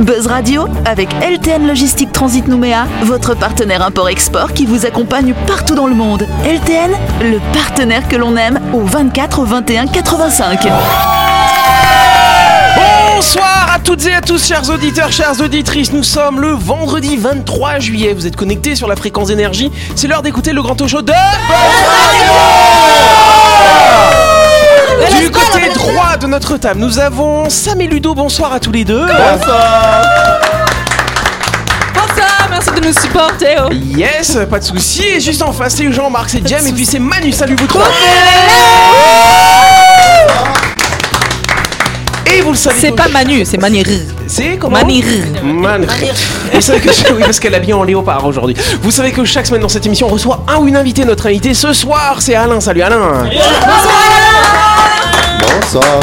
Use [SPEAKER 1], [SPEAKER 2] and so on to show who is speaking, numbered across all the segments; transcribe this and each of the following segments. [SPEAKER 1] Buzz Radio avec LTN Logistique Transit Nouméa, votre partenaire import-export qui vous accompagne partout dans le monde. LTN, le partenaire que l'on aime au 24 21 85.
[SPEAKER 2] Bonsoir à toutes et à tous, chers auditeurs, chères auditrices. Nous sommes le vendredi 23 juillet. Vous êtes connectés sur la fréquence énergie. C'est l'heure d'écouter le grand talk show de. Du côté droit de notre table, nous avons Sam et Ludo. Bonsoir à tous les deux.
[SPEAKER 3] Bonsoir, merci de nous supporter. oh.
[SPEAKER 2] Yes, pas de souci. Et juste en face, c'est Jean-Marc, c'est Jam, et puis c'est Manu. Salut vous trois. Et vous le savez.
[SPEAKER 3] C'est
[SPEAKER 2] donc-
[SPEAKER 3] pas Manu, c'est Manir.
[SPEAKER 2] C'est comment
[SPEAKER 3] Manir.
[SPEAKER 2] Man. Vous savez que je- oui, parce qu'elle habille en léopard aujourd'hui. Vous savez que chaque semaine dans cette émission, on reçoit un ou une invitée. Notre invité ce soir, c'est Alain. Salut Alain.
[SPEAKER 4] Bonsoir.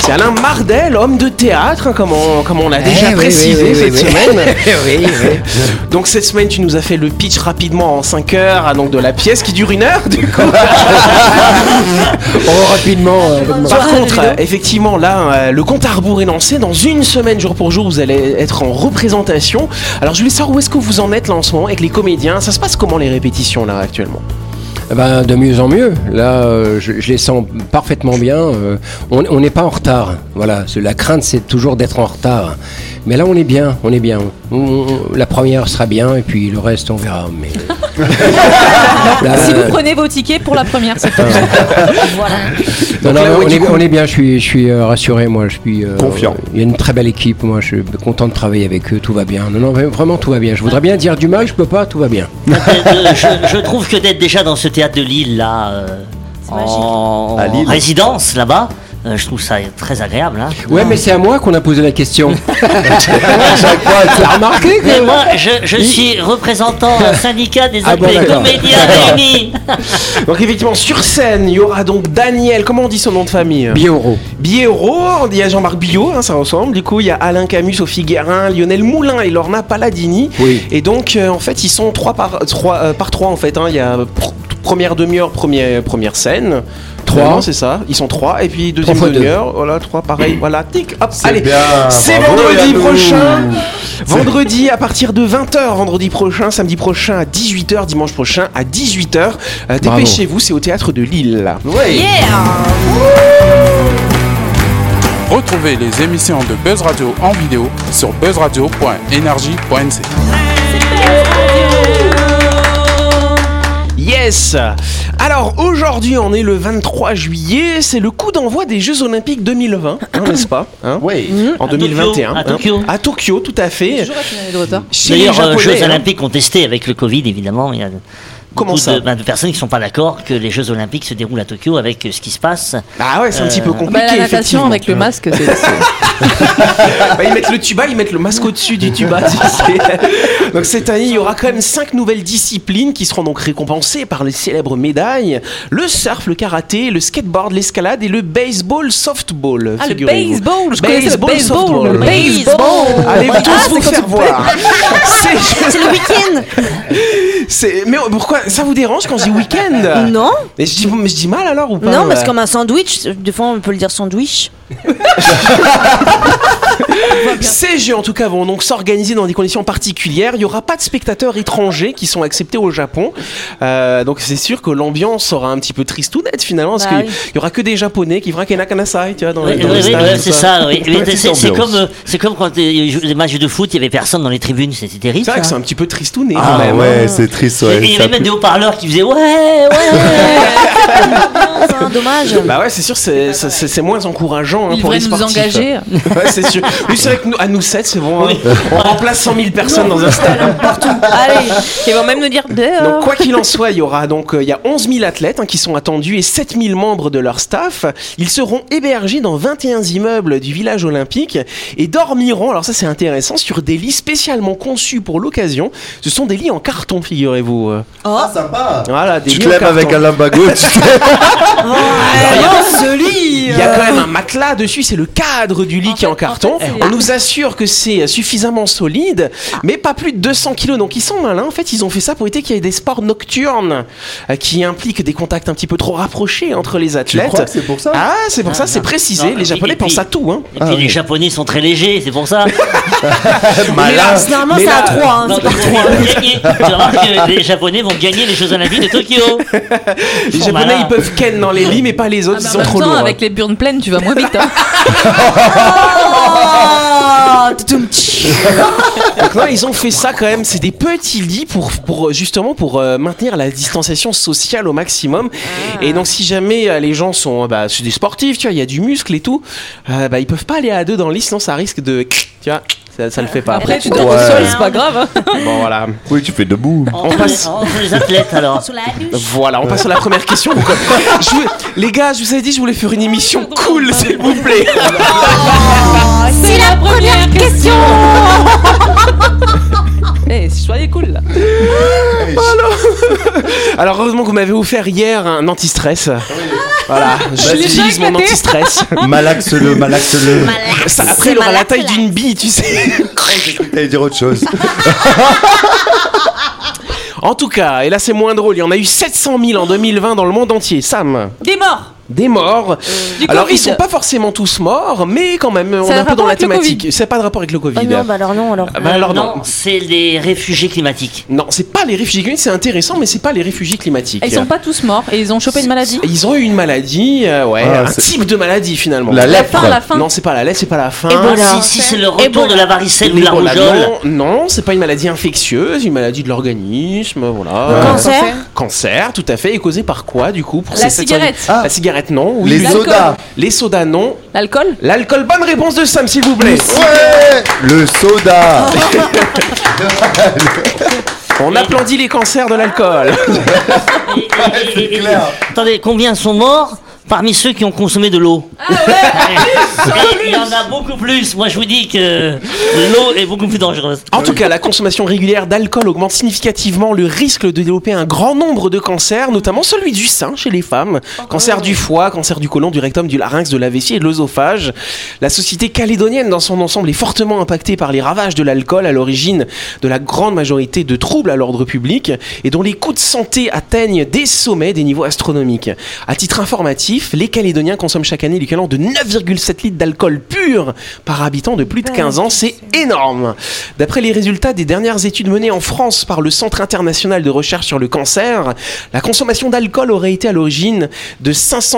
[SPEAKER 2] C'est Alain Mardel, homme de théâtre, hein, comme on, comme on l'a
[SPEAKER 4] Eh
[SPEAKER 2] déjà
[SPEAKER 4] oui,
[SPEAKER 2] précisé
[SPEAKER 4] oui, oui,
[SPEAKER 2] cette
[SPEAKER 4] oui.
[SPEAKER 2] semaine.
[SPEAKER 4] oui, oui.
[SPEAKER 2] Donc cette semaine, tu nous as fait le pitch rapidement en 5 heures, ah, donc de la pièce qui dure une heure du coup.
[SPEAKER 4] Oh, rapidement. euh, rapidement.
[SPEAKER 2] Par contre, euh, effectivement, là, euh, le compte à rebours est lancé. Dans une semaine, jour pour jour, vous allez être en représentation. Alors je voulais savoir où est-ce que vous en êtes là en ce moment avec les comédiens. Ça se passe comment les répétitions là actuellement
[SPEAKER 4] Eh Ben, de mieux en mieux. Là, euh, je, je les sens parfaitement bien. euh, on on n'est pas en retard. Voilà, c'est- la crainte, c'est toujours d'être en retard. Mais là, on est bien, on est bien. On- on- la première sera bien, et puis le reste, on verra. Mais... euh, Là,
[SPEAKER 3] Si
[SPEAKER 2] Euh.
[SPEAKER 3] vous prenez vos tickets pour la première, c'est
[SPEAKER 4] non, non,
[SPEAKER 2] là, ouais,
[SPEAKER 4] on,
[SPEAKER 2] du
[SPEAKER 4] est,
[SPEAKER 2] coup-
[SPEAKER 4] on est bien, je suis, je suis euh, rassuré, moi. Je suis euh,
[SPEAKER 5] Confiant.
[SPEAKER 4] Il y a une très belle équipe, moi. Je suis content de travailler avec eux, tout va bien. Non, non, vraiment, tout va bien. Je voudrais bien dire du mal, je peux pas, tout va bien.
[SPEAKER 6] Euh, je, je trouve que d'être déjà dans ce théâtre de Lille là, euh, en
[SPEAKER 5] À Lille.
[SPEAKER 6] résidence là-bas, euh, je trouve ça très agréable. hein.
[SPEAKER 2] Ah.
[SPEAKER 4] Ouais, mais c'est à moi qu'on a posé la question. Tu as remarqué
[SPEAKER 6] Mais
[SPEAKER 4] que
[SPEAKER 6] moi, je, je suis représentant un syndicat des
[SPEAKER 4] Ah bon,
[SPEAKER 6] appelés
[SPEAKER 4] d'accord.
[SPEAKER 6] comédiens réunis.
[SPEAKER 2] Donc effectivement, sur scène, il y aura donc Daniel, comment on dit son nom de famille
[SPEAKER 4] Bioro.
[SPEAKER 2] Biéro, il y a Jean-Marc Billot, hein, ça ressemble. Du coup, il y a Alain Camus, Sophie Guérin, Lionel Moulin et Lorna Paladini.
[SPEAKER 4] Oui.
[SPEAKER 2] Et donc, euh, en fait, ils sont trois par trois, euh, par trois en fait. hein. Il y a pr- première demi-heure, première, première scène.
[SPEAKER 4] Trois.
[SPEAKER 2] Vraiment, c'est ça. Ils sont trois. Et puis deuxième
[SPEAKER 4] Trois fois deux.
[SPEAKER 2] demi-heure, voilà, trois pareil. Voilà, tic, hop, allez.
[SPEAKER 5] bien,
[SPEAKER 7] Eh
[SPEAKER 2] C'est
[SPEAKER 5] bravo,
[SPEAKER 2] vendredi
[SPEAKER 5] Yannou.
[SPEAKER 2] prochain. Vendredi à partir de 20h, vendredi prochain, samedi prochain à 18h, dimanche prochain à 18h. Euh,
[SPEAKER 4] Bravo.
[SPEAKER 2] Dépêchez-vous, c'est au théâtre de Lille. là.
[SPEAKER 8] Retrouvez les émissions de Buzz Radio en vidéo sur buzzradio.energie.nc.
[SPEAKER 2] Yes Alors aujourd'hui on est le 23 juillet, c'est le coup d'envoi des Jeux Olympiques 2020, hein, n'est-ce pas hein
[SPEAKER 5] Oui.
[SPEAKER 2] En
[SPEAKER 6] À
[SPEAKER 2] 2021.
[SPEAKER 6] Tokyo, à
[SPEAKER 2] hein.
[SPEAKER 6] Tokyo.
[SPEAKER 2] à Tokyo, tout à fait.
[SPEAKER 3] toujours avec une année de retard.
[SPEAKER 2] Chez les
[SPEAKER 6] D'ailleurs, euh,
[SPEAKER 2] Japonais,
[SPEAKER 6] Jeux
[SPEAKER 2] hein.
[SPEAKER 6] Olympiques ont testé avec le Covid évidemment. Il y a
[SPEAKER 2] Comment
[SPEAKER 6] beaucoup
[SPEAKER 2] ça
[SPEAKER 6] de, ben, de personnes qui ne sont pas d'accord que les Jeux Olympiques se déroulent à Tokyo avec euh, ce qui se passe.
[SPEAKER 2] Ah ouais, c'est un petit peu compliqué.
[SPEAKER 3] Bah, la natation
[SPEAKER 2] effectivement.
[SPEAKER 3] avec le masque, c'est. c'est-
[SPEAKER 2] Bah, ils mettent le tuba, ils mettent le masque au-dessus du tuba. tu sais. donc cette année, il y aura quand même cinq nouvelles disciplines qui seront donc récompensées par les célèbres médailles le surf, le karaté, le skateboard, l'escalade et le baseball softball.
[SPEAKER 3] Ah, le
[SPEAKER 2] figurez-vous.
[SPEAKER 3] baseball, je connaissais le
[SPEAKER 2] Baseball,
[SPEAKER 3] baseball.
[SPEAKER 2] softball.
[SPEAKER 3] Le baseball.
[SPEAKER 2] Allez
[SPEAKER 3] Ah,
[SPEAKER 2] tous
[SPEAKER 3] c'est
[SPEAKER 2] vous
[SPEAKER 3] quand
[SPEAKER 2] faire
[SPEAKER 3] tu
[SPEAKER 2] voir. C'est le week-end. Mais pourquoi ça vous dérange quand je dis week-end
[SPEAKER 9] Non,
[SPEAKER 2] Mais je dis, mais je dis mal alors ou pas
[SPEAKER 9] non, parce
[SPEAKER 2] ouais
[SPEAKER 9] que comme un sandwich, des fois on peut le dire sandwich.
[SPEAKER 2] Ces jeux, en tout cas, vont donc s'organiser dans des conditions particulières. Il n'y aura pas de spectateurs étrangers qui sont acceptés au Japon. Euh, donc, c'est sûr que l'ambiance sera un petit peu tristounette finalement, parce
[SPEAKER 9] Bah
[SPEAKER 2] qu'il
[SPEAKER 9] oui.
[SPEAKER 2] n'y aura que des Japonais qui verront Kenakanasai, tu vois, dans,
[SPEAKER 6] Oui,
[SPEAKER 2] les-
[SPEAKER 6] oui,
[SPEAKER 2] dans les
[SPEAKER 6] oui,
[SPEAKER 2] stades,
[SPEAKER 6] ouais,
[SPEAKER 2] tout
[SPEAKER 6] c'est ça. oui.
[SPEAKER 5] Petite
[SPEAKER 6] Mais C'est c'est
[SPEAKER 5] ambiance.
[SPEAKER 6] comme, euh, c'est comme quand euh, il y a eu les matchs de foot, il y avait personne dans les tribunes, c'était terrible.
[SPEAKER 2] C'est vrai que
[SPEAKER 6] ça.
[SPEAKER 2] c'est un petit peu tristounet
[SPEAKER 5] Ah,
[SPEAKER 2] quand même.
[SPEAKER 5] ouais, c'est triste,
[SPEAKER 6] Et-
[SPEAKER 5] ouais.
[SPEAKER 6] et il y
[SPEAKER 5] ça
[SPEAKER 6] avait même
[SPEAKER 5] pue.
[SPEAKER 6] des haut-parleurs qui faisaient ouais, ouais, ouais.
[SPEAKER 9] Ah, C'est un dommage.
[SPEAKER 2] Bah ouais, c'est sûr, c'est- c'est c'est- c'est moins encourageant hein,
[SPEAKER 3] Ils
[SPEAKER 2] pour les
[SPEAKER 3] devraient nous
[SPEAKER 2] sportifs.
[SPEAKER 3] engager.
[SPEAKER 2] Ouais, c'est sûr. Oui, c'est vrai que nous, à nous 7, c'est bon. hein.
[SPEAKER 6] Oui.
[SPEAKER 2] On remplace 100 000 personnes dans un stade. hein.
[SPEAKER 9] Allez, ils vont même nous dire
[SPEAKER 2] Donc
[SPEAKER 3] hein.
[SPEAKER 5] hein.
[SPEAKER 9] dehors.
[SPEAKER 2] quoi qu'il en soit, il y aura donc euh, il y a 11 000 athlètes hein, qui sont attendus et 7 000 membres de leur staff. Ils seront hébergés dans 21 immeubles du village olympique et dormiront. Alors ça c'est intéressant sur des lits spécialement conçus pour l'occasion. Ce sont des lits en carton, figurez-vous. Euh,
[SPEAKER 5] Ah, sympa.
[SPEAKER 2] Voilà, des
[SPEAKER 5] Tu
[SPEAKER 2] lits
[SPEAKER 5] te
[SPEAKER 2] en
[SPEAKER 5] lèves avec
[SPEAKER 2] carton. Bah,
[SPEAKER 5] un lambago, tu te lèves.
[SPEAKER 2] Il y a quand même un matelas dessus, c'est le cadre du lit
[SPEAKER 5] En
[SPEAKER 2] qui est en
[SPEAKER 5] fait- en
[SPEAKER 2] carton.
[SPEAKER 5] fait, c'est-
[SPEAKER 2] on nous assure que c'est suffisamment solide, mais pas plus de 200 kilos. Donc ils sont malins. En fait, ils ont fait ça pour éviter qu'il y ait des sports nocturnes euh, qui impliquent des contacts un petit peu trop rapprochés entre les
[SPEAKER 7] Tu
[SPEAKER 2] athlètes.
[SPEAKER 7] crois que c'est pour ça
[SPEAKER 2] Ah, c'est pour ça, c'est précisé.
[SPEAKER 6] non,
[SPEAKER 2] les
[SPEAKER 6] et-
[SPEAKER 2] Japonais
[SPEAKER 6] et
[SPEAKER 2] pensent
[SPEAKER 6] puis-
[SPEAKER 2] à tout. Hein.
[SPEAKER 6] Et
[SPEAKER 7] Ah
[SPEAKER 6] puis
[SPEAKER 7] oui.
[SPEAKER 6] les japonais sont très légers, c'est pour ça.
[SPEAKER 7] Malin.
[SPEAKER 9] Normalement, c'est à 3. Hein,
[SPEAKER 6] Non,
[SPEAKER 9] c'est
[SPEAKER 6] mais
[SPEAKER 9] pas
[SPEAKER 6] ils vont gagner. Tu vas voir que les japonais vont gagner les Jeux Olympiques de Tokyo. Ils
[SPEAKER 2] Les
[SPEAKER 6] sont
[SPEAKER 2] Japonais,
[SPEAKER 6] malins.
[SPEAKER 2] ils peuvent ken dans les lits, mais pas
[SPEAKER 3] Ah,
[SPEAKER 2] les autres, ils sont
[SPEAKER 5] Ah, en
[SPEAKER 2] trop
[SPEAKER 5] même temps,
[SPEAKER 2] lourds. hein.
[SPEAKER 5] avec les burnes pleines, tu vas moins vite. hein.
[SPEAKER 9] Ah, toutoum, tch.
[SPEAKER 2] Donc non, ils ont fait ça quand même. C'est des petits lits pour, pour euh, justement pour euh, maintenir la distanciation sociale au maximum. Et donc si jamais euh, les gens sont, euh, bah, c'est des sportifs, tu vois, il y a du muscle et tout, euh, bah ils peuvent pas aller à deux dans le lit, sinon ça risque de, tu vois, ça, ça le fait pas.
[SPEAKER 5] Après,
[SPEAKER 2] Après,
[SPEAKER 5] tu dors au
[SPEAKER 7] Ouais.
[SPEAKER 5] sol, c'est pas grave. hein.
[SPEAKER 2] bon voilà,
[SPEAKER 7] Oui, tu fais debout.
[SPEAKER 6] Entre,
[SPEAKER 2] passe-
[SPEAKER 6] les, entre les athlètes alors.
[SPEAKER 5] Sous la douche.
[SPEAKER 2] voilà. On passe à la première question. Je voulais- les gars, je vous avais dit, je voulais faire une émission cool, s'il vous plaît.
[SPEAKER 5] C'est la première question Eh, soyez cool là
[SPEAKER 2] Alors heureusement que vous m'avez offert hier un anti-stress. Voilà,
[SPEAKER 7] Je l'ai
[SPEAKER 2] j'utilise mon anti-stress.
[SPEAKER 7] Malaxe-le, malaxe-le.
[SPEAKER 2] Ça, après,
[SPEAKER 9] C'est
[SPEAKER 2] il aura la
[SPEAKER 9] malade,
[SPEAKER 2] taille
[SPEAKER 9] là.
[SPEAKER 2] d'une bille, tu sais.
[SPEAKER 7] T'allais dire autre chose.
[SPEAKER 2] En tout cas, et là c'est moins drôle, il y en a eu 700 000 en 2020 dans le monde entier, Sam.
[SPEAKER 5] Des morts
[SPEAKER 2] Des morts.
[SPEAKER 5] Euh, du
[SPEAKER 2] Alors
[SPEAKER 5] Covid.
[SPEAKER 2] ils sont pas forcément tous morts, mais quand même, on
[SPEAKER 5] a
[SPEAKER 2] est un
[SPEAKER 5] un
[SPEAKER 2] peu dans
[SPEAKER 5] rapport
[SPEAKER 2] la
[SPEAKER 5] avec le
[SPEAKER 2] thématique. C'est pas de rapport avec le Covid.
[SPEAKER 9] Oh non, bah alors non, alors.
[SPEAKER 2] Ah bah alors non.
[SPEAKER 6] c'est les réfugiés climatiques.
[SPEAKER 2] Non, c'est pas les réfugiés climatiques, c'est intéressant, mais c'est pas les réfugiés climatiques.
[SPEAKER 5] Et Ah, Ils sont pas tous morts et ils ont chopé une maladie.
[SPEAKER 2] Ils ont eu une maladie, euh, ouais,
[SPEAKER 7] Ah,
[SPEAKER 2] un
[SPEAKER 7] c'est-
[SPEAKER 2] type de maladie finalement.
[SPEAKER 7] La
[SPEAKER 5] La
[SPEAKER 7] lèpre.
[SPEAKER 5] fin, la fin.
[SPEAKER 2] Non, c'est pas la lèpre, c'est pas la faim.
[SPEAKER 6] si Hein si c'est le retour de la varicelle ou de la
[SPEAKER 2] Voilà,
[SPEAKER 6] rougeole.
[SPEAKER 2] non, non, c'est pas une maladie infectieuse, une maladie de l'organisme, voilà.
[SPEAKER 9] Cancer
[SPEAKER 2] Cancer, tout à fait. Et causé par quoi, du coup pour
[SPEAKER 5] La
[SPEAKER 2] ces 700 000?
[SPEAKER 5] cigarette.
[SPEAKER 7] Ah.
[SPEAKER 2] La cigarette, non. oui.
[SPEAKER 7] Les
[SPEAKER 5] L'alcool.
[SPEAKER 7] sodas.
[SPEAKER 2] Les sodas, non.
[SPEAKER 5] L'alcool
[SPEAKER 2] L'alcool, bonne réponse de Sam, s'il vous plaît.
[SPEAKER 7] Ouais Le soda.
[SPEAKER 2] Oh. On applaudit les cancers de l'alcool.
[SPEAKER 6] Et- et- et- Attendez, combien sont morts parmi ceux qui ont consommé de l'eau Et Il y en a beaucoup plus. Moi, je vous dis que l'eau est beaucoup plus dangereuse.
[SPEAKER 2] En tout cas, la consommation régulière d'alcool augmente significativement le risque de développer un grand nombre de cancers, notamment celui du sein chez les femmes, cancer du foie, cancer du côlon, du rectum, du larynx, de la vessie et de l'œsophage. La société calédonienne dans son ensemble est fortement impactée par les ravages de l'alcool à l'origine de la grande majorité de troubles à l'ordre public et dont les coûts de santé atteignent des sommets, des niveaux astronomiques. À titre informatif, les Calédoniens consomment chaque année l'équivalent de 9,7 litres d'alcool pur par habitant de plus de 15 ans. C'est énorme. D'après les résultats des dernières études menées en France par le Centre international de recherche sur le cancer, la consommation d'alcool aurait été à l'origine de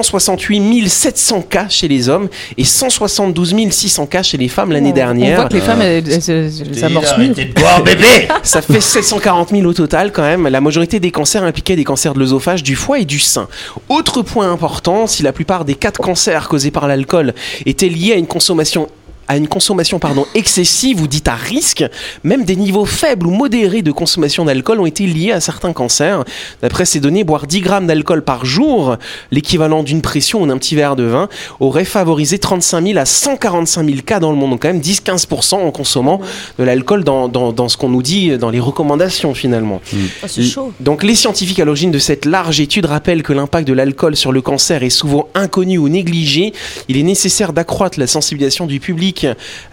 [SPEAKER 2] 568 700 cas chez les hommes et 172 600 cas chez les femmes l'année
[SPEAKER 5] On voit
[SPEAKER 2] dernière. euh,
[SPEAKER 5] que les femmes, elles, elles- elles- elles amorcent mieux.
[SPEAKER 7] de boire, bébé
[SPEAKER 2] Ça fait 740 000 au total quand même. La majorité des cancers impliquaient des cancers de l'œsophage, du foie et du sein. Autre point important, si la plupart des cas de cancer causés par l'alcool étaient liés à une consommation à une consommation pardon, excessive ou dite à risque, même des niveaux faibles ou modérés de consommation d'alcool ont été liés à certains cancers. D'après ces données, boire 10 grammes d'alcool par jour, l'équivalent d'une pression ou d'un petit verre de vin, aurait favorisé 35 000 à 145 000 cas dans le monde, donc quand même 10-15% en consommant de l'alcool dans, dans- dans ce qu'on nous dit, dans les recommandations finalement.
[SPEAKER 9] Oh, c'est chaud.
[SPEAKER 2] Donc les scientifiques à l'origine de cette large étude rappellent que l'impact de l'alcool sur le cancer est souvent inconnu ou négligé. Il est nécessaire d'accroître la sensibilisation du public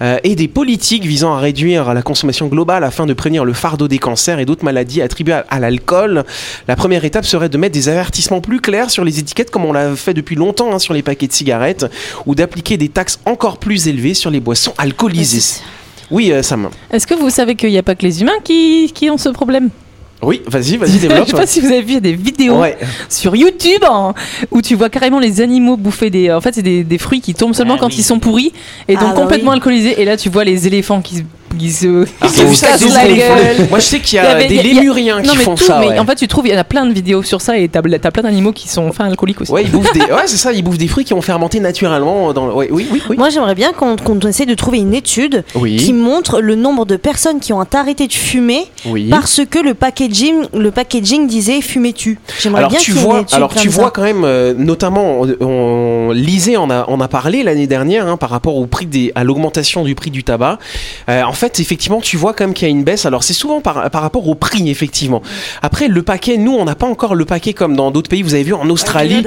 [SPEAKER 2] euh, et des politiques visant à réduire la consommation globale afin de prévenir le fardeau des cancers et d'autres maladies attribuées à, à l'alcool. La première étape serait de mettre des avertissements plus clairs sur les étiquettes comme on l'a fait depuis longtemps hein, sur les paquets de cigarettes ou d'appliquer des taxes encore plus élevées sur les boissons alcoolisées. Oui, euh, Sam.
[SPEAKER 5] Est-ce que vous savez qu'il n'y a pas que les humains qui, qui ont ce problème
[SPEAKER 2] Oui, vas-y, vas-y,
[SPEAKER 5] Je
[SPEAKER 2] développe.
[SPEAKER 5] sais pas si vous avez vu il y a des vidéos
[SPEAKER 2] Ouais.
[SPEAKER 5] sur YouTube hein, où tu vois carrément les animaux bouffer des. En fait, c'est des, des fruits qui tombent seulement
[SPEAKER 6] Ah
[SPEAKER 5] quand
[SPEAKER 6] oui.
[SPEAKER 5] ils sont pourris et donc
[SPEAKER 9] Ah bah
[SPEAKER 5] complètement
[SPEAKER 9] oui.
[SPEAKER 5] alcoolisés. Et là, tu vois les éléphants qui, se- qui se.
[SPEAKER 2] Ah,
[SPEAKER 5] qui
[SPEAKER 2] j'ai
[SPEAKER 5] se
[SPEAKER 2] vu ça avec
[SPEAKER 5] cassent
[SPEAKER 2] des
[SPEAKER 5] la
[SPEAKER 2] éléphants.
[SPEAKER 5] gueule.
[SPEAKER 2] Moi, je sais qu'il y
[SPEAKER 5] Il y
[SPEAKER 2] a
[SPEAKER 5] avait-
[SPEAKER 2] des
[SPEAKER 5] il y a-
[SPEAKER 2] lémuriens
[SPEAKER 5] Non
[SPEAKER 2] Hein, qui
[SPEAKER 5] mais
[SPEAKER 2] font
[SPEAKER 5] tout,
[SPEAKER 2] ça.
[SPEAKER 5] mais
[SPEAKER 2] ouais.
[SPEAKER 5] en fait tu trouves, il y en a plein de vidéos sur ça et t'as t'as plein d'animaux qui sont enfin alcooliques aussi.
[SPEAKER 2] Ouais, ils bouffent des, ouais, c'est ça, ils bouffent des fruits qui ont fermenté naturellement dans le- ouais, oui, oui, oui.
[SPEAKER 9] Moi, j'aimerais bien qu'on qu'on essaie de trouver une étude
[SPEAKER 2] Oui.
[SPEAKER 9] qui montre le nombre de personnes qui ont arrêté de fumer
[SPEAKER 2] Oui.
[SPEAKER 9] parce que le packaging, le packaging disait fumais-tu. J'aimerais
[SPEAKER 2] Alors
[SPEAKER 9] bien
[SPEAKER 2] tu
[SPEAKER 9] qu'il y ait une
[SPEAKER 2] vois,
[SPEAKER 9] étude
[SPEAKER 2] alors tu
[SPEAKER 9] comme ça.
[SPEAKER 2] vois quand même, euh, notamment, on, on- Lisée en a, en a parlé l'année dernière hein, par rapport au prix des, à l'augmentation du prix du tabac. Euh, en fait, fait, effectivement, tu vois quand même qu'il y a une baisse. Alors, c'est souvent par, par rapport au prix, effectivement. Après, le paquet, nous, on n'a pas encore le paquet comme dans d'autres pays. Vous avez vu en Australie,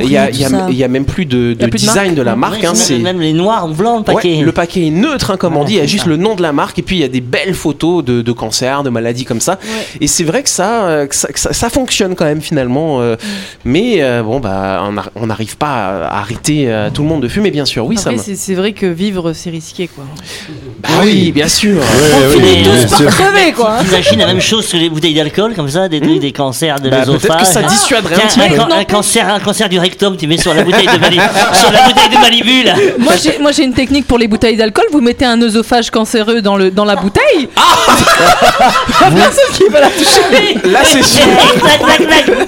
[SPEAKER 2] il y a, il y a- il y a même plus de, de
[SPEAKER 5] plus de
[SPEAKER 2] design de la marque. hein,
[SPEAKER 6] Ouais,
[SPEAKER 2] c'est-
[SPEAKER 6] même, même les noirs ou blancs, le paquet.
[SPEAKER 2] Ouais, le paquet est neutre, hein, comme on
[SPEAKER 6] Voilà,
[SPEAKER 2] dit. Il y a
[SPEAKER 6] c'est
[SPEAKER 2] juste
[SPEAKER 6] ça.
[SPEAKER 2] le nom de la marque et puis il y a des belles photos de, de cancer, de maladies comme ça. Et c'est vrai que ça, euh, que ça, que ça, ça fonctionne quand même finalement. euh, Mais euh, bon, bah, on n'ar- on n'arrive pas à arrêter euh, tout le monde de fumer, bien sûr. Oui, ça.
[SPEAKER 5] Après, Ah, c'est- c'est vrai que vivre, c'est risqué, quoi.
[SPEAKER 2] Bah oui, bien sûr.
[SPEAKER 7] Ouais,
[SPEAKER 6] finit tous
[SPEAKER 7] bien sûr.
[SPEAKER 5] Crever, quoi
[SPEAKER 6] Ils imaginent Hein la même chose que les bouteilles d'alcool, comme ça, des trucs, des cancers de
[SPEAKER 2] Bah, Peut-être
[SPEAKER 6] l'œsophage.
[SPEAKER 2] que ça dissuaderait un
[SPEAKER 6] Tiens,
[SPEAKER 2] petit
[SPEAKER 6] un,
[SPEAKER 2] peu.
[SPEAKER 6] can- un cancer, un cancer du rectum, tu mets sur la bouteille de Malibu. sur la bouteille de Malibu, là.
[SPEAKER 5] Moi, j'ai moi, j'ai une technique pour les bouteilles d'alcool. Vous mettez un œsophage cancéreux dans, le, dans la bouteille. Ah Personne qui va la toucher.
[SPEAKER 2] Là, c'est sûr.
[SPEAKER 6] Clac, clac, clac. Eh,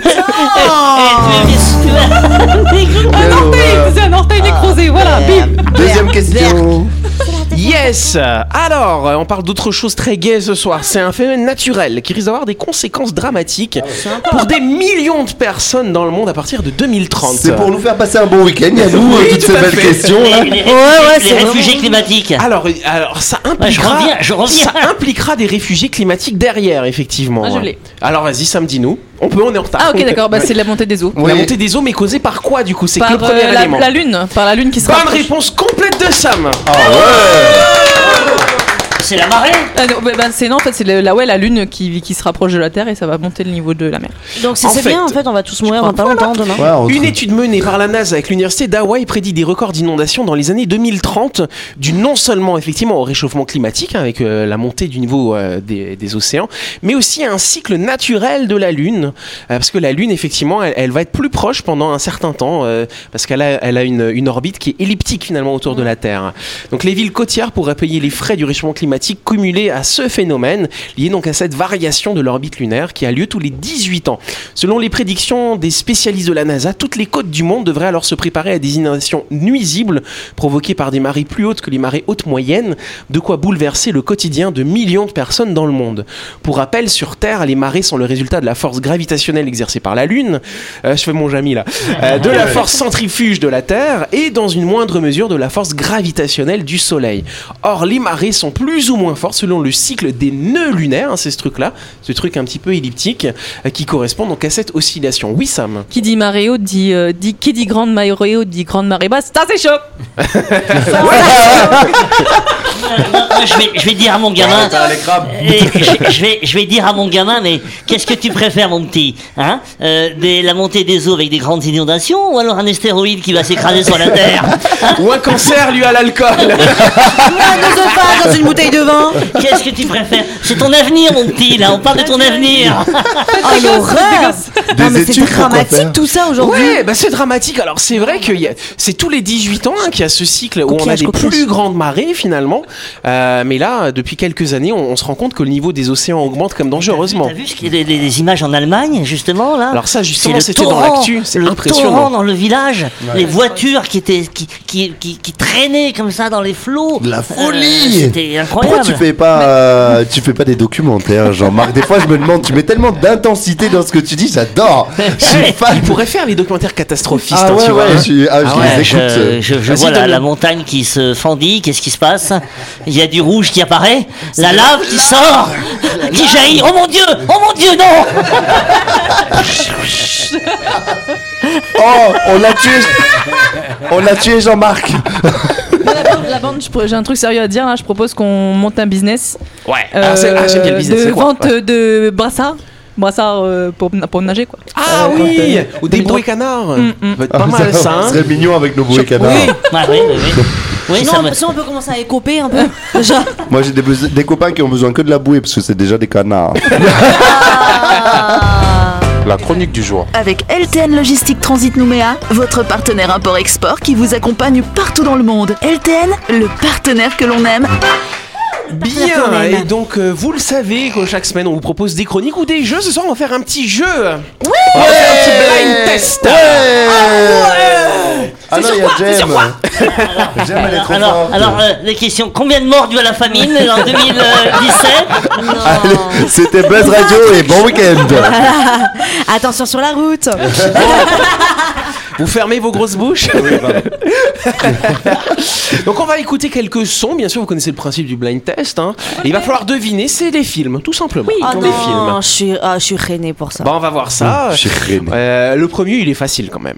[SPEAKER 6] eh, tu es mis- tu vois.
[SPEAKER 7] Quelle
[SPEAKER 2] Oh.
[SPEAKER 7] horreur.
[SPEAKER 5] C'est un
[SPEAKER 2] Ah,
[SPEAKER 5] orteil nécrosé, voilà, bim
[SPEAKER 7] Deuxième question.
[SPEAKER 2] Yes Alors, euh, on parle d'autre chose très gaie ce soir. C'est un phénomène naturel qui risque d'avoir des conséquences dramatiques pour des millions de personnes dans le monde à partir de 2030.
[SPEAKER 7] C'est pour nous faire passer un bon week-end, à nous,
[SPEAKER 2] Oui,
[SPEAKER 7] euh, toutes
[SPEAKER 2] tout
[SPEAKER 7] ces
[SPEAKER 2] à
[SPEAKER 7] belles
[SPEAKER 2] fait.
[SPEAKER 7] questions. hein. là.
[SPEAKER 6] Les, les-
[SPEAKER 9] ouais,
[SPEAKER 6] les
[SPEAKER 9] c'est
[SPEAKER 6] réfugiés
[SPEAKER 9] vraiment-
[SPEAKER 6] climatiques.
[SPEAKER 2] Alors, euh, alors ça
[SPEAKER 6] Ouais, je
[SPEAKER 2] impliquera,
[SPEAKER 6] reviens, je reviens.
[SPEAKER 2] ça impliquera des réfugiés climatiques derrière, effectivement.
[SPEAKER 5] Ah, je l'ai.
[SPEAKER 2] Alors vas-y, Sam, dis-nous. On peut, on est en retard.
[SPEAKER 5] Ah, ok, d'accord, bah, c'est de la montée des eaux.
[SPEAKER 2] La
[SPEAKER 7] Oui.
[SPEAKER 2] montée des eaux, mais causée par quoi du coup C'est que
[SPEAKER 5] Par
[SPEAKER 2] le premier
[SPEAKER 5] euh, la,
[SPEAKER 2] élément.
[SPEAKER 5] la lune, par la lune qui se
[SPEAKER 2] Bonne
[SPEAKER 5] rapproche.
[SPEAKER 2] réponse complète de Sam.
[SPEAKER 6] C'est la marée.
[SPEAKER 5] Ah non, bah, bah, c'est non, en fait, c'est le- la, ouais, la lune qui, qui se rapproche de la Terre et ça va monter le niveau de la mer.
[SPEAKER 9] Donc c'est
[SPEAKER 2] En
[SPEAKER 9] c'est
[SPEAKER 2] fait-
[SPEAKER 9] bien en fait, on va tous mourir dans pas longtemps demain.
[SPEAKER 7] Ouais, on-
[SPEAKER 2] Une étude menée par la NASA avec l'université d'Hawaï prédit des records d'inondations dans les années 2030, dû non seulement effectivement au réchauffement climatique hein, avec euh, la montée du niveau euh, des, des océans, mais aussi à un cycle naturel de la Lune, Euh, parce que la Lune effectivement, elle, elle va être plus proche pendant un certain temps, euh, parce qu'elle a, elle a une, une orbite qui est elliptique finalement autour de la Terre. Donc les villes côtières pourraient payer les frais du réchauffement climatique cumulés à ce phénomène, lié donc à cette variation de l'orbite lunaire qui a lieu tous les 18 ans. Selon les prédictions des spécialistes de la NASA, toutes les côtes du monde devraient alors se préparer à des inondations nuisibles provoquées par des marées plus hautes que les marées hautes moyennes, de quoi bouleverser le quotidien de millions de personnes dans le monde. Pour rappel, sur Terre, les marées sont le résultat de la force gravitationnelle exercée par la Lune, euh, je fais mon jami là, Euh, de la force centrifuge de la Terre et dans une moindre mesure de la force gravitationnelle du Soleil. Or, les marées sont plus ou moins fortes selon le cycle des nœuds lunaires, hein, c'est ce truc-là, ce truc un petit peu elliptique, euh, qui correspond donc à cette oscillation. Oui, Sam
[SPEAKER 5] Qui dit marée haute dit, euh, dit qui dit grande marée haute dit grande marée basse. Ça c'est chaud.
[SPEAKER 6] Moi, je, vais, je vais dire à mon gamin. Et je, je vais, je vais dire à mon gamin, mais qu'est-ce que tu préfères, mon petit hein Euh, des- La montée des eaux avec des grandes inondations ou alors un astéroïde qui va s'écraser sur la Terre
[SPEAKER 2] Ou un cancer lui à l'alcool
[SPEAKER 9] Un œsophage dans une bouteille de vin.
[SPEAKER 6] Qu'est-ce que tu préfères C'est ton avenir, mon petit, là, on parle de ton avenir
[SPEAKER 9] Oh
[SPEAKER 2] Ah,
[SPEAKER 9] l'horreur.
[SPEAKER 7] Des
[SPEAKER 9] Non, mais
[SPEAKER 7] études,
[SPEAKER 9] c'est
[SPEAKER 7] pourquoi faire
[SPEAKER 9] dramatique tout ça aujourd'hui.
[SPEAKER 2] Ouais, bah c'est dramatique. Alors c'est vrai que y a- c'est tous les 18 ans hein, qu'il y a ce cycle où on a
[SPEAKER 9] Coquillage,
[SPEAKER 2] des
[SPEAKER 9] coquillage.
[SPEAKER 2] plus grandes marées finalement. Euh, mais là, depuis quelques années, on, on se rend compte que le niveau des océans augmente comme dangereusement.
[SPEAKER 6] T'as vu ce qu'il y a des, des images en Allemagne, justement, là
[SPEAKER 2] Alors ça,
[SPEAKER 6] C'est
[SPEAKER 2] justement,
[SPEAKER 6] le
[SPEAKER 2] c'était dans
[SPEAKER 6] torrent,
[SPEAKER 2] l'actu. C'est
[SPEAKER 6] le torrent
[SPEAKER 2] impressionnant.
[SPEAKER 6] dans le village, les voitures qui étaient qui, qui, qui, qui traînaient comme ça dans les flots.
[SPEAKER 7] De la
[SPEAKER 6] Euh,
[SPEAKER 7] folie.
[SPEAKER 6] C'était incroyable. Ah
[SPEAKER 7] Pourquoi tu fais pas, euh, tu fais pas des documentaires, Jean-Marc Des fois, je me demande, tu mets tellement d'intensité dans ce que tu dis, j'adore. Je suis fan.
[SPEAKER 2] Ah, Il pourrait faire les documentaires catastrophistes,
[SPEAKER 7] Ah
[SPEAKER 2] hein,
[SPEAKER 7] ouais,
[SPEAKER 2] tu vois.
[SPEAKER 7] ouais, je, suis- ah, je
[SPEAKER 6] Ah ouais,
[SPEAKER 7] les écoute.
[SPEAKER 6] je,
[SPEAKER 7] euh.
[SPEAKER 6] je- je
[SPEAKER 7] Vas-y,
[SPEAKER 6] vois la,
[SPEAKER 7] donne-le.
[SPEAKER 6] la montagne qui se fendit, qu'est-ce qui se passe Il y a du rouge qui apparaît, la lave qui sort, qui jaillit. Oh mon dieu, oh mon dieu, non
[SPEAKER 7] Oh, on l'a tué. On l'a tué, Jean-Marc.
[SPEAKER 5] Moi, la bande, la bande, je pro- j'ai un truc sérieux à dire. hein. je propose qu'on monte un business.
[SPEAKER 2] Ouais. Ah, c'est- ah, j'aime bien le
[SPEAKER 5] euh,
[SPEAKER 2] business.
[SPEAKER 5] De
[SPEAKER 2] c'est quoi
[SPEAKER 5] vente
[SPEAKER 2] Ouais.
[SPEAKER 5] de brassards, brassards euh, pour, pour nager quoi.
[SPEAKER 2] Ah
[SPEAKER 5] Euh,
[SPEAKER 2] oui,
[SPEAKER 5] quand, euh,
[SPEAKER 2] ou des
[SPEAKER 5] dans-
[SPEAKER 2] bruits canards.
[SPEAKER 5] Mm,
[SPEAKER 2] Ça
[SPEAKER 5] mm.
[SPEAKER 2] va être pas mal ça. hein.
[SPEAKER 7] Ce Ah, serait mignon avec nos bouées canards.
[SPEAKER 6] Ouais, oui, oui, oui. Oui,
[SPEAKER 9] Sinon,
[SPEAKER 6] ça
[SPEAKER 9] on-
[SPEAKER 6] me-
[SPEAKER 9] sinon, on peut commencer à écoper un peu. Déjà.
[SPEAKER 7] Moi, j'ai des, bes- des copains qui ont besoin que de la bouée parce que c'est déjà des canards.
[SPEAKER 8] La chronique du jour.
[SPEAKER 1] Avec LTN Logistique Transit Nouméa, votre partenaire import-export qui vous accompagne partout dans le monde. LTN, le partenaire que l'on aime.
[SPEAKER 7] hein.
[SPEAKER 2] Bien, et donc euh, vous le savez que chaque semaine on vous propose des chroniques ou des jeux. Ce soir on va faire un petit jeu. Oui on va faire un petit blind test.
[SPEAKER 7] Ah, Ouais Ah non, il y a Jem. Jem, elle est
[SPEAKER 6] Alors,
[SPEAKER 7] trop
[SPEAKER 6] alors,
[SPEAKER 7] forte.
[SPEAKER 6] alors, euh, les questions. Combien de morts dus à la famine en 2017
[SPEAKER 7] Allez, C'était Buzz Radio et bon week-end.
[SPEAKER 9] Attention sur la route.
[SPEAKER 2] Vous fermez vos grosses bouches. Donc on va écouter quelques sons, bien sûr vous connaissez le principe du blind test. hein. Et il va falloir deviner, c'est des films, tout simplement.
[SPEAKER 9] Ah
[SPEAKER 2] Des films.
[SPEAKER 9] non, je suis, ah, je suis reinée pour ça.
[SPEAKER 2] Bon, on va voir ça.
[SPEAKER 7] Je suis freiné.
[SPEAKER 2] Euh, le premier, il est facile quand même.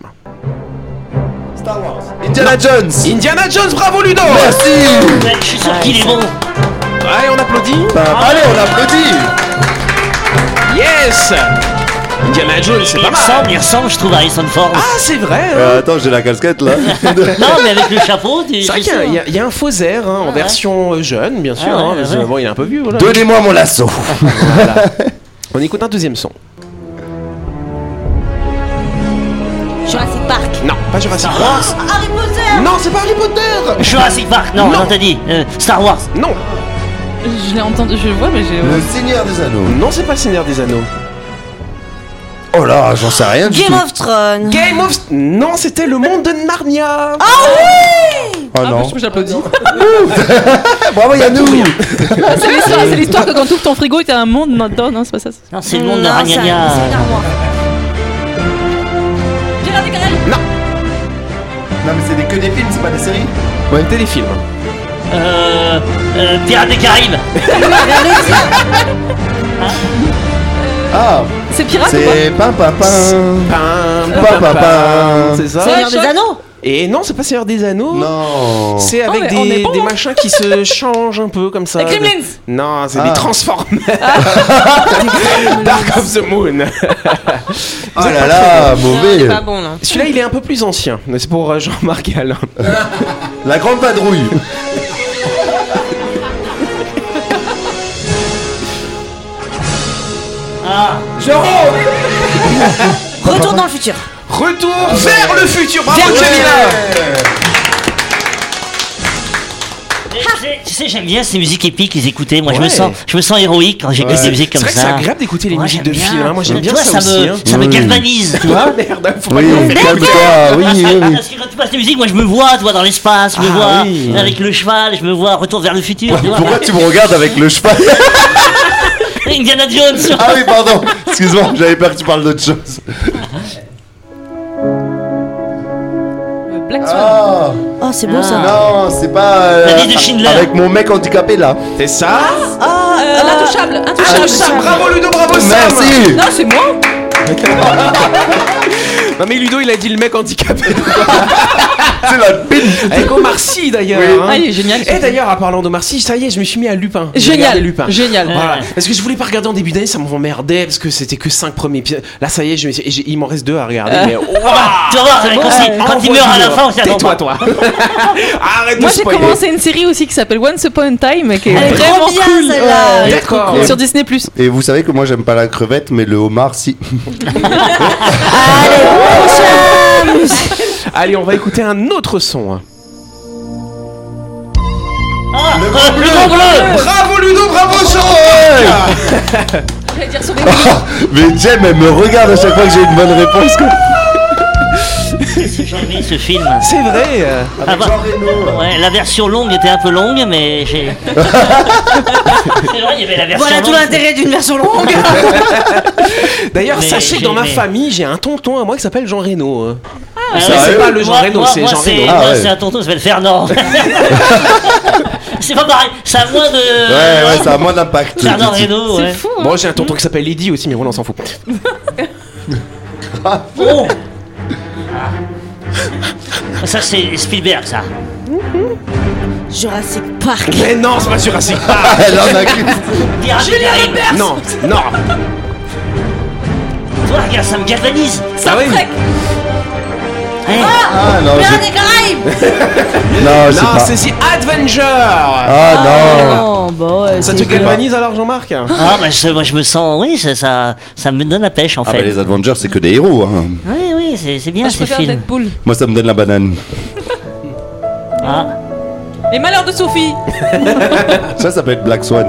[SPEAKER 7] Indiana Jones
[SPEAKER 2] Indiana Jones, bravo Ludo
[SPEAKER 7] Merci
[SPEAKER 6] Ouais, je suis sûr
[SPEAKER 2] Ah,
[SPEAKER 6] qu'il est bon.
[SPEAKER 2] Allez, on applaudit.
[SPEAKER 7] Bah, Allez, on applaudit
[SPEAKER 2] Yes Indiana Jones, c'est
[SPEAKER 6] Il
[SPEAKER 2] pas mal.
[SPEAKER 6] ressemble, il ressemble, je trouve, à Harrison Ford.
[SPEAKER 2] Ah, c'est vrai. hein.
[SPEAKER 7] Euh, Attends, j'ai la casquette là.
[SPEAKER 6] non, mais avec le chapeau, tu.
[SPEAKER 2] C'est vrai
[SPEAKER 6] je suis
[SPEAKER 2] qu'il y a-
[SPEAKER 6] sûr.
[SPEAKER 2] il y, a- il y a un faux air hein, en version euh, jeune, bien sûr.
[SPEAKER 6] Ah ouais,
[SPEAKER 2] hein, parce que,
[SPEAKER 6] ouais.
[SPEAKER 2] Bon, il est un peu vieux. Voilà.
[SPEAKER 7] Donnez-moi mon lasso
[SPEAKER 2] On écoute un deuxième son.
[SPEAKER 9] Jurassic Park.
[SPEAKER 2] Non, pas Jurassic Park.
[SPEAKER 9] Harry Potter
[SPEAKER 2] Non, c'est pas Harry Potter.
[SPEAKER 6] Jurassic Park, non,
[SPEAKER 2] Non.
[SPEAKER 6] non, t'as dit. euh, Star Wars.
[SPEAKER 2] Non,
[SPEAKER 5] Je l'ai entendu, je le vois, mais j'ai. euh,
[SPEAKER 7] Le Seigneur des Anneaux.
[SPEAKER 2] non, c'est pas le Seigneur des Anneaux.
[SPEAKER 7] Oh là, j'en sais rien du
[SPEAKER 9] Game
[SPEAKER 7] tout.
[SPEAKER 9] of Thrones.
[SPEAKER 2] Game of... Non, c'était le monde de Narnia.
[SPEAKER 7] Oh
[SPEAKER 5] Ah, bah,
[SPEAKER 7] non. Bah,
[SPEAKER 5] je trouve que j'applaudis.
[SPEAKER 7] Bravo Yannou
[SPEAKER 5] Ah, c'est l'histoire- C'est l'histoire que quand tu ouvres ton frigo, t'as un monde dedans. Non, c'est pas ça. c'est-
[SPEAKER 6] Non, c'est le monde de
[SPEAKER 9] Non,
[SPEAKER 6] Ragnagna.
[SPEAKER 9] Ah, c'est- c'est Star Wars.
[SPEAKER 7] Non mais c'est que des films, c'est pas des séries
[SPEAKER 2] Ouais, téléfilm.
[SPEAKER 6] Euh, euh, Pirates des Caraïbes.
[SPEAKER 7] Ah,
[SPEAKER 5] C'est pirate ou
[SPEAKER 7] c'est pam pam pam
[SPEAKER 2] Pam,
[SPEAKER 7] Pam, pam, pam.
[SPEAKER 2] C'est ça.
[SPEAKER 9] Seigneur des Anneaux.
[SPEAKER 2] Et non, c'est pas Seigneur des Anneaux.
[SPEAKER 7] Non
[SPEAKER 2] C'est avec
[SPEAKER 5] mais on
[SPEAKER 2] des,
[SPEAKER 5] est bon,
[SPEAKER 2] des
[SPEAKER 5] hein.
[SPEAKER 2] machins qui se changent un peu comme ça.
[SPEAKER 5] Les Gremlins.
[SPEAKER 2] Des- Non, c'est
[SPEAKER 7] Ah.
[SPEAKER 2] des Transformers. Dark of the Moon.
[SPEAKER 7] Oh là là, mauvais
[SPEAKER 3] pas bon là.
[SPEAKER 2] Celui-là, il est un peu plus ancien. mais C'est pour euh, Jean-Marc et Alain.
[SPEAKER 7] La grande padrouille
[SPEAKER 6] Ah,
[SPEAKER 9] Retour dans le futur.
[SPEAKER 2] Retour vers le futur. Bravo, Jamila.
[SPEAKER 6] et tu sais- tu sais, j'aime bien ces musiques épiques, les écouter. Moi, je
[SPEAKER 2] Ouais.
[SPEAKER 6] me sens, je me sens héroïque quand j'écoute
[SPEAKER 2] Ouais.
[SPEAKER 6] des musiques comme
[SPEAKER 2] C'est vrai que c'est
[SPEAKER 6] ça.
[SPEAKER 2] agréable d'écouter les
[SPEAKER 6] Ouais,
[SPEAKER 2] musiques de
[SPEAKER 6] j'aime
[SPEAKER 2] films.
[SPEAKER 6] bien.
[SPEAKER 2] hein. Moi, j'aime
[SPEAKER 6] Tu
[SPEAKER 2] bien
[SPEAKER 6] vois,
[SPEAKER 2] ça, aussi. hein.
[SPEAKER 6] Me, ça me
[SPEAKER 7] Oui.
[SPEAKER 6] galvanise. tu vois.
[SPEAKER 2] Ah merde, faut pas
[SPEAKER 7] Oui,
[SPEAKER 2] qu'on-
[SPEAKER 7] calme-toi, Ah oui, oui, oui.
[SPEAKER 6] Parce que quand tu passes des musiques, moi je me vois, tu vois, dans l'espace, je me
[SPEAKER 2] Ah
[SPEAKER 6] vois
[SPEAKER 2] oui.
[SPEAKER 6] avec le cheval, je me vois retour vers le futur. tu vois.
[SPEAKER 7] Pourquoi tu me regardes avec le cheval
[SPEAKER 6] Indiana Jones. tu vois.
[SPEAKER 7] Ah oui, pardon Excuse-moi, j'avais peur que tu parles d'autre chose.
[SPEAKER 5] pas Euh, Black Swan.
[SPEAKER 7] Ah
[SPEAKER 9] Oh, c'est bon ça.
[SPEAKER 7] Non, c'est pas... euh,
[SPEAKER 6] La vie de Schindler.
[SPEAKER 7] Avec mon mec handicapé, là.
[SPEAKER 2] C'est ça.
[SPEAKER 9] Ah,
[SPEAKER 5] Euh, L'intouchable. Intouchable.
[SPEAKER 2] Sam, Ah, bravo Hein. Ludo, bravo Sam.
[SPEAKER 7] Merci
[SPEAKER 5] Non, c'est moi.
[SPEAKER 2] Non mais Ludo, il a dit le mec handicapé.
[SPEAKER 7] C'est la pile
[SPEAKER 2] Avec Omar Sy d'ailleurs.
[SPEAKER 7] Oui.
[SPEAKER 2] hein.
[SPEAKER 5] Ah, il est génial.
[SPEAKER 2] Et d'ailleurs, en parlant d'Omar Sy, ça y est, je me suis mis à Lupin. J'ai regardé
[SPEAKER 5] Génial.
[SPEAKER 2] Lupin.
[SPEAKER 5] Génial.
[SPEAKER 2] Voilà. Parce que je voulais pas regarder en début d'année, ça m'emmerdait parce que c'était que 5 premiers épisodes. Là, ça y est, je me suis- et j'ai- il m'en reste 2 à regarder. Mais...
[SPEAKER 6] Tu vas voir,
[SPEAKER 7] Ah,
[SPEAKER 6] quand, il- Euh. quand il meurt à la fin, on s'y attend
[SPEAKER 2] Tais-toi,
[SPEAKER 6] pas.
[SPEAKER 2] toi. Arrête
[SPEAKER 5] Moi
[SPEAKER 2] de
[SPEAKER 5] j'ai
[SPEAKER 2] spoiler.
[SPEAKER 5] commencé une série aussi qui s'appelle Once Upon a Time et qui est
[SPEAKER 9] Elle est trop
[SPEAKER 5] vraiment
[SPEAKER 9] bien,
[SPEAKER 5] cool
[SPEAKER 9] celle-là.
[SPEAKER 5] Ouais.
[SPEAKER 2] D'accord.
[SPEAKER 5] sur Disney Plus.
[SPEAKER 7] Et vous savez que moi, j'aime pas la crevette, mais le homard, si.
[SPEAKER 2] Allez, on va écouter un autre son. hein.
[SPEAKER 6] Ah, euh, le
[SPEAKER 7] Grand
[SPEAKER 6] Grand Bleu.
[SPEAKER 2] Bravo Ludo, bravo Ah
[SPEAKER 7] Ouais.
[SPEAKER 5] dire sur des
[SPEAKER 7] Mais Jem, elle me regarde à chaque fois que j'ai une bonne réponse, quoi.
[SPEAKER 6] J'ai aimé ce film.
[SPEAKER 2] C'est vrai. euh,
[SPEAKER 6] Ah bah, ouais, la version longue était un peu longue, mais j'ai. C'est vrai, il y avait la version
[SPEAKER 9] Voilà tout
[SPEAKER 6] longue.
[SPEAKER 9] l'intérêt d'une version longue.
[SPEAKER 2] D'ailleurs,
[SPEAKER 6] Mais
[SPEAKER 2] sachez que
[SPEAKER 6] j'ai
[SPEAKER 2] dans ma
[SPEAKER 6] aimé.
[SPEAKER 2] famille, j'ai un tonton à moi qui s'appelle Jean Reno. euh.
[SPEAKER 6] Ah,
[SPEAKER 2] Ça,
[SPEAKER 6] ouais.
[SPEAKER 2] c'est pas le Jean
[SPEAKER 6] Moi-
[SPEAKER 2] Reno,
[SPEAKER 6] moi-
[SPEAKER 2] c'est
[SPEAKER 6] moi,
[SPEAKER 2] Jean Reno.
[SPEAKER 7] Ah,
[SPEAKER 6] moi,
[SPEAKER 7] ouais.
[SPEAKER 6] c'est un tonton, je vais le faire, non. c'est pas pareil, ça a moins de.
[SPEAKER 7] Ouais, ouais, ça a moins d'impact.
[SPEAKER 6] Fernand
[SPEAKER 7] Titi.
[SPEAKER 6] Reno, ouais.
[SPEAKER 5] fou. hein.
[SPEAKER 2] Moi, j'ai un tonton qui s'appelle Lady aussi, mais bon, on s'en fout.
[SPEAKER 6] Oh. Ah. Ça, c'est Spielberg, ça.
[SPEAKER 9] Jurassic Park.
[SPEAKER 2] Mais non, c'est pas Jurassic
[SPEAKER 6] Ah,
[SPEAKER 2] Park.
[SPEAKER 7] Elle en a qu'une.
[SPEAKER 6] Julien Robert
[SPEAKER 2] Non, non.
[SPEAKER 6] Toi, regarde, ça me galvanise
[SPEAKER 2] Ah oui.
[SPEAKER 6] Eh,
[SPEAKER 7] Ah non, j'ai-
[SPEAKER 9] des Caraïbes.
[SPEAKER 7] Non, c'est
[SPEAKER 2] Non,
[SPEAKER 7] pas.
[SPEAKER 2] c'est c'est Adventure.
[SPEAKER 7] Ah non
[SPEAKER 9] Oh, bah ouais.
[SPEAKER 2] Ça
[SPEAKER 9] c'est-
[SPEAKER 2] te galvanise alors, Jean-Marc
[SPEAKER 6] Ah, bah, je- moi, je me sens... Oui, ça, ça, ça me donne la pêche, en
[SPEAKER 7] Ah bah
[SPEAKER 6] fait.
[SPEAKER 7] les Avengers, c'est que des héros, hein.
[SPEAKER 6] Oui, oui, c'est c'est
[SPEAKER 9] Ah,
[SPEAKER 6] bien,
[SPEAKER 5] Je
[SPEAKER 6] ces
[SPEAKER 5] préfère
[SPEAKER 6] films.
[SPEAKER 5] Deadpool.
[SPEAKER 7] Moi, ça me donne la banane.
[SPEAKER 6] Ah.
[SPEAKER 5] Les malheurs de Sophie.
[SPEAKER 7] Ça, ça peut être Black Swan.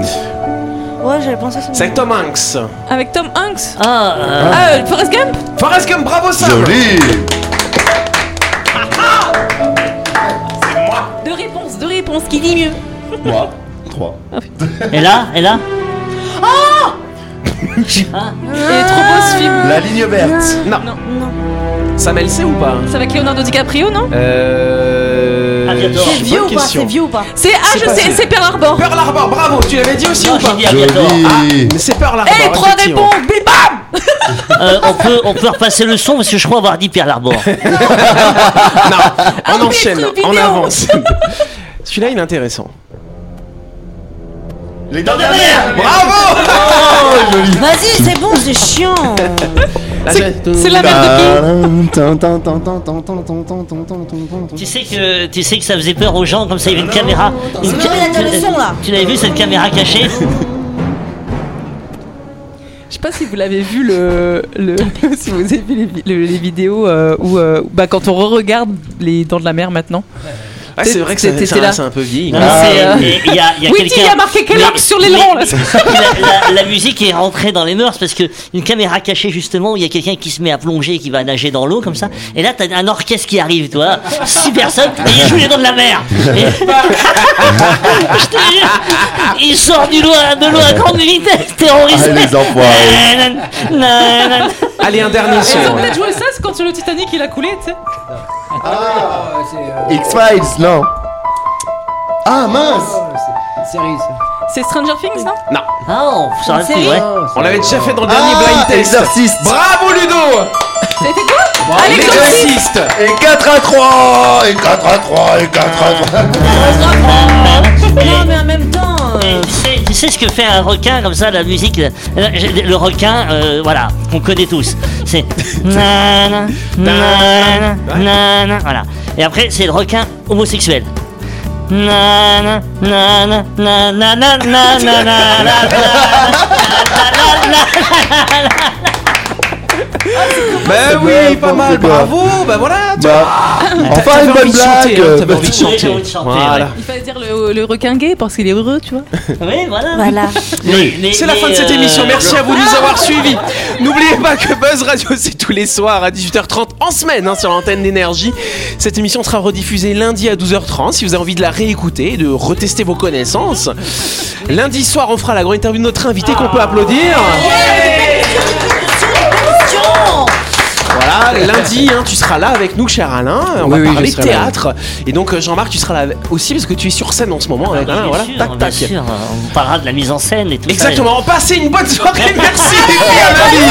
[SPEAKER 9] Ouais, j'avais pensé à ça.
[SPEAKER 2] C'est Tom Hanks.
[SPEAKER 5] Avec Tom Hanks.
[SPEAKER 6] Ah, euh,
[SPEAKER 5] Ah, euh, Forrest Gump.
[SPEAKER 2] Forrest Gump, bravo Sam.
[SPEAKER 7] Joli
[SPEAKER 5] Deux réponses, deux réponses. Qui dit mieux
[SPEAKER 7] Moi, 3.
[SPEAKER 6] et là, et là
[SPEAKER 5] Il est trop beau ce film.
[SPEAKER 7] La ligne verte.
[SPEAKER 2] Non. Sam, elle sait ou pas
[SPEAKER 5] C'est avec Leonardo DiCaprio, non
[SPEAKER 2] Euh.
[SPEAKER 6] Avec Aviator.
[SPEAKER 9] C'est vieux ou pas
[SPEAKER 2] question.
[SPEAKER 9] C'est vieux ou pas
[SPEAKER 5] C'est ah je
[SPEAKER 2] pas
[SPEAKER 5] sais,
[SPEAKER 2] sûr.
[SPEAKER 5] c'est Pearl Harbor.
[SPEAKER 2] Pearl Harbor, bravo, tu l'avais dit aussi
[SPEAKER 6] Non,
[SPEAKER 2] ou pas
[SPEAKER 6] j'ai dit Aviator.
[SPEAKER 7] Joli.
[SPEAKER 2] Mais c'est Pearl Harbor.
[SPEAKER 5] Eh, trois
[SPEAKER 2] effectivement.
[SPEAKER 5] réponses, bim bam
[SPEAKER 6] Euh, on, peut, on peut repasser le son parce que je crois avoir dit Pearl Harbor.
[SPEAKER 2] On
[SPEAKER 5] des
[SPEAKER 2] enchaîne,
[SPEAKER 5] trucs
[SPEAKER 2] on
[SPEAKER 5] vidéo.
[SPEAKER 2] avance. Celui-là, il est intéressant.
[SPEAKER 7] Les dents de la mer
[SPEAKER 2] Bravo Oh,
[SPEAKER 9] Vas-y, c'est bon, c'est chiant.
[SPEAKER 2] Ah,
[SPEAKER 5] C'est la merde
[SPEAKER 2] Bah,
[SPEAKER 5] de qui
[SPEAKER 7] Bah, Bravo
[SPEAKER 6] tu, sais que, tu sais que ça faisait peur aux gens comme ça, il y avait une caméra.
[SPEAKER 9] Ah,
[SPEAKER 6] Une
[SPEAKER 9] Non, mais attends, le son, là.
[SPEAKER 6] Tu l'avais vu cette caméra cachée
[SPEAKER 5] Je sais pas si vous l'avez vu le, le- si vous avez vu les, vi- le- les vidéos euh, où euh, bah quand on re-regarde les dents de la mer maintenant.
[SPEAKER 2] Ah, c'est vrai que ça,
[SPEAKER 5] T'étais
[SPEAKER 2] ça,
[SPEAKER 5] là.
[SPEAKER 2] c'est un peu vieilli.
[SPEAKER 6] Non,
[SPEAKER 2] quoi.
[SPEAKER 5] Ah,
[SPEAKER 6] mais
[SPEAKER 5] oui.
[SPEAKER 6] c'est, euh, il y a, il y a
[SPEAKER 5] oui,
[SPEAKER 6] quelqu'un-
[SPEAKER 5] il y a marqué Kellogg
[SPEAKER 6] Mais-
[SPEAKER 5] sur l'élan.
[SPEAKER 6] mais-
[SPEAKER 5] là.
[SPEAKER 6] la, la- la musique est rentrée dans les mœurs parce que une caméra cachée justement où il y a quelqu'un qui se met à plonger qui va nager dans l'eau comme ça et là t'as un orchestre qui arrive tu vois six personnes et il joue les dents de la mer Et- Je te jure, il sort du loin de l'eau à grande vitesse terroriste
[SPEAKER 7] Ah, les enfoirés.
[SPEAKER 6] Nan, nan, nan.
[SPEAKER 2] Allez, un dernier son.
[SPEAKER 5] Ils ont peut-être joué ça, c'est quand sur le Titanic il a coulé, tu sais.
[SPEAKER 4] euh,
[SPEAKER 7] X-Files, non Ah mince
[SPEAKER 4] Série, ça.
[SPEAKER 5] C'est Stranger Things, non
[SPEAKER 6] ah on ça aurait pu ouais
[SPEAKER 2] On l'avait déjà fait dans le dernier
[SPEAKER 7] Ah,
[SPEAKER 2] blind test.
[SPEAKER 7] exorciste
[SPEAKER 2] Bravo Ludo
[SPEAKER 5] C'était quoi
[SPEAKER 2] Allez, L'exorciste
[SPEAKER 7] Et 4 à 3 Et 4 à 3 Et 4 à 3
[SPEAKER 9] Non, mais en même temps.
[SPEAKER 6] Et
[SPEAKER 9] euh,
[SPEAKER 6] tu sais- tu sais ce que fait un requin comme ça, la musique euh, Le, le requin, euh, voilà, qu'on connaît tous. C'est. Nana, nana, nana, voilà. Et après, c'est le requin homosexuel. Nana, nana, nana, nana, nana, nana, nana.
[SPEAKER 2] Bah oui,
[SPEAKER 7] n'importe
[SPEAKER 2] pas mal,
[SPEAKER 7] quoi.
[SPEAKER 2] bravo Bah voilà tu-
[SPEAKER 7] Bah, Enfin
[SPEAKER 2] t'avais
[SPEAKER 7] une
[SPEAKER 2] envie
[SPEAKER 7] bonne
[SPEAKER 2] de chanter, hein, t'avais envie
[SPEAKER 7] blague
[SPEAKER 2] de chanter.
[SPEAKER 6] J'avais envie de chanter,
[SPEAKER 2] Voilà.
[SPEAKER 5] Il fallait dire le, le requin gay parce qu'il est heureux, tu vois.
[SPEAKER 6] Oui, voilà.
[SPEAKER 9] Voilà.
[SPEAKER 6] Mais- mais-
[SPEAKER 2] C'est la
[SPEAKER 6] mais,
[SPEAKER 2] fin de cette
[SPEAKER 6] euh, Ah
[SPEAKER 2] émission, merci à vous de nous avoir suivis. N'oubliez pas que Buzz Radio, c'est tous les soirs à 18h30 en semaine hein, sur l'antenne d'énergie. Cette émission sera rediffusée lundi à 12h30 si vous avez envie de la réécouter et de retester vos connaissances. Lundi soir, on fera la grande interview de notre invité qu'on peut applaudir. Voilà, lundi, hein, tu seras là avec nous, cher Alain. On
[SPEAKER 4] Oui,
[SPEAKER 2] va
[SPEAKER 4] oui, je
[SPEAKER 2] parler
[SPEAKER 4] serai là.
[SPEAKER 2] théâtre. Et donc, euh, Jean-Marc, tu seras là aussi parce que tu es sur scène en ce moment
[SPEAKER 4] Ah, bah,
[SPEAKER 2] avec
[SPEAKER 6] Bien
[SPEAKER 2] Alain. Voilà,
[SPEAKER 6] sûr,
[SPEAKER 2] tac,
[SPEAKER 6] Ah, bien
[SPEAKER 2] tac.
[SPEAKER 6] sûr, on parlera de la mise en scène et tout ça.
[SPEAKER 2] Exactement, passez une bonne soirée, merci les filles, à lundi.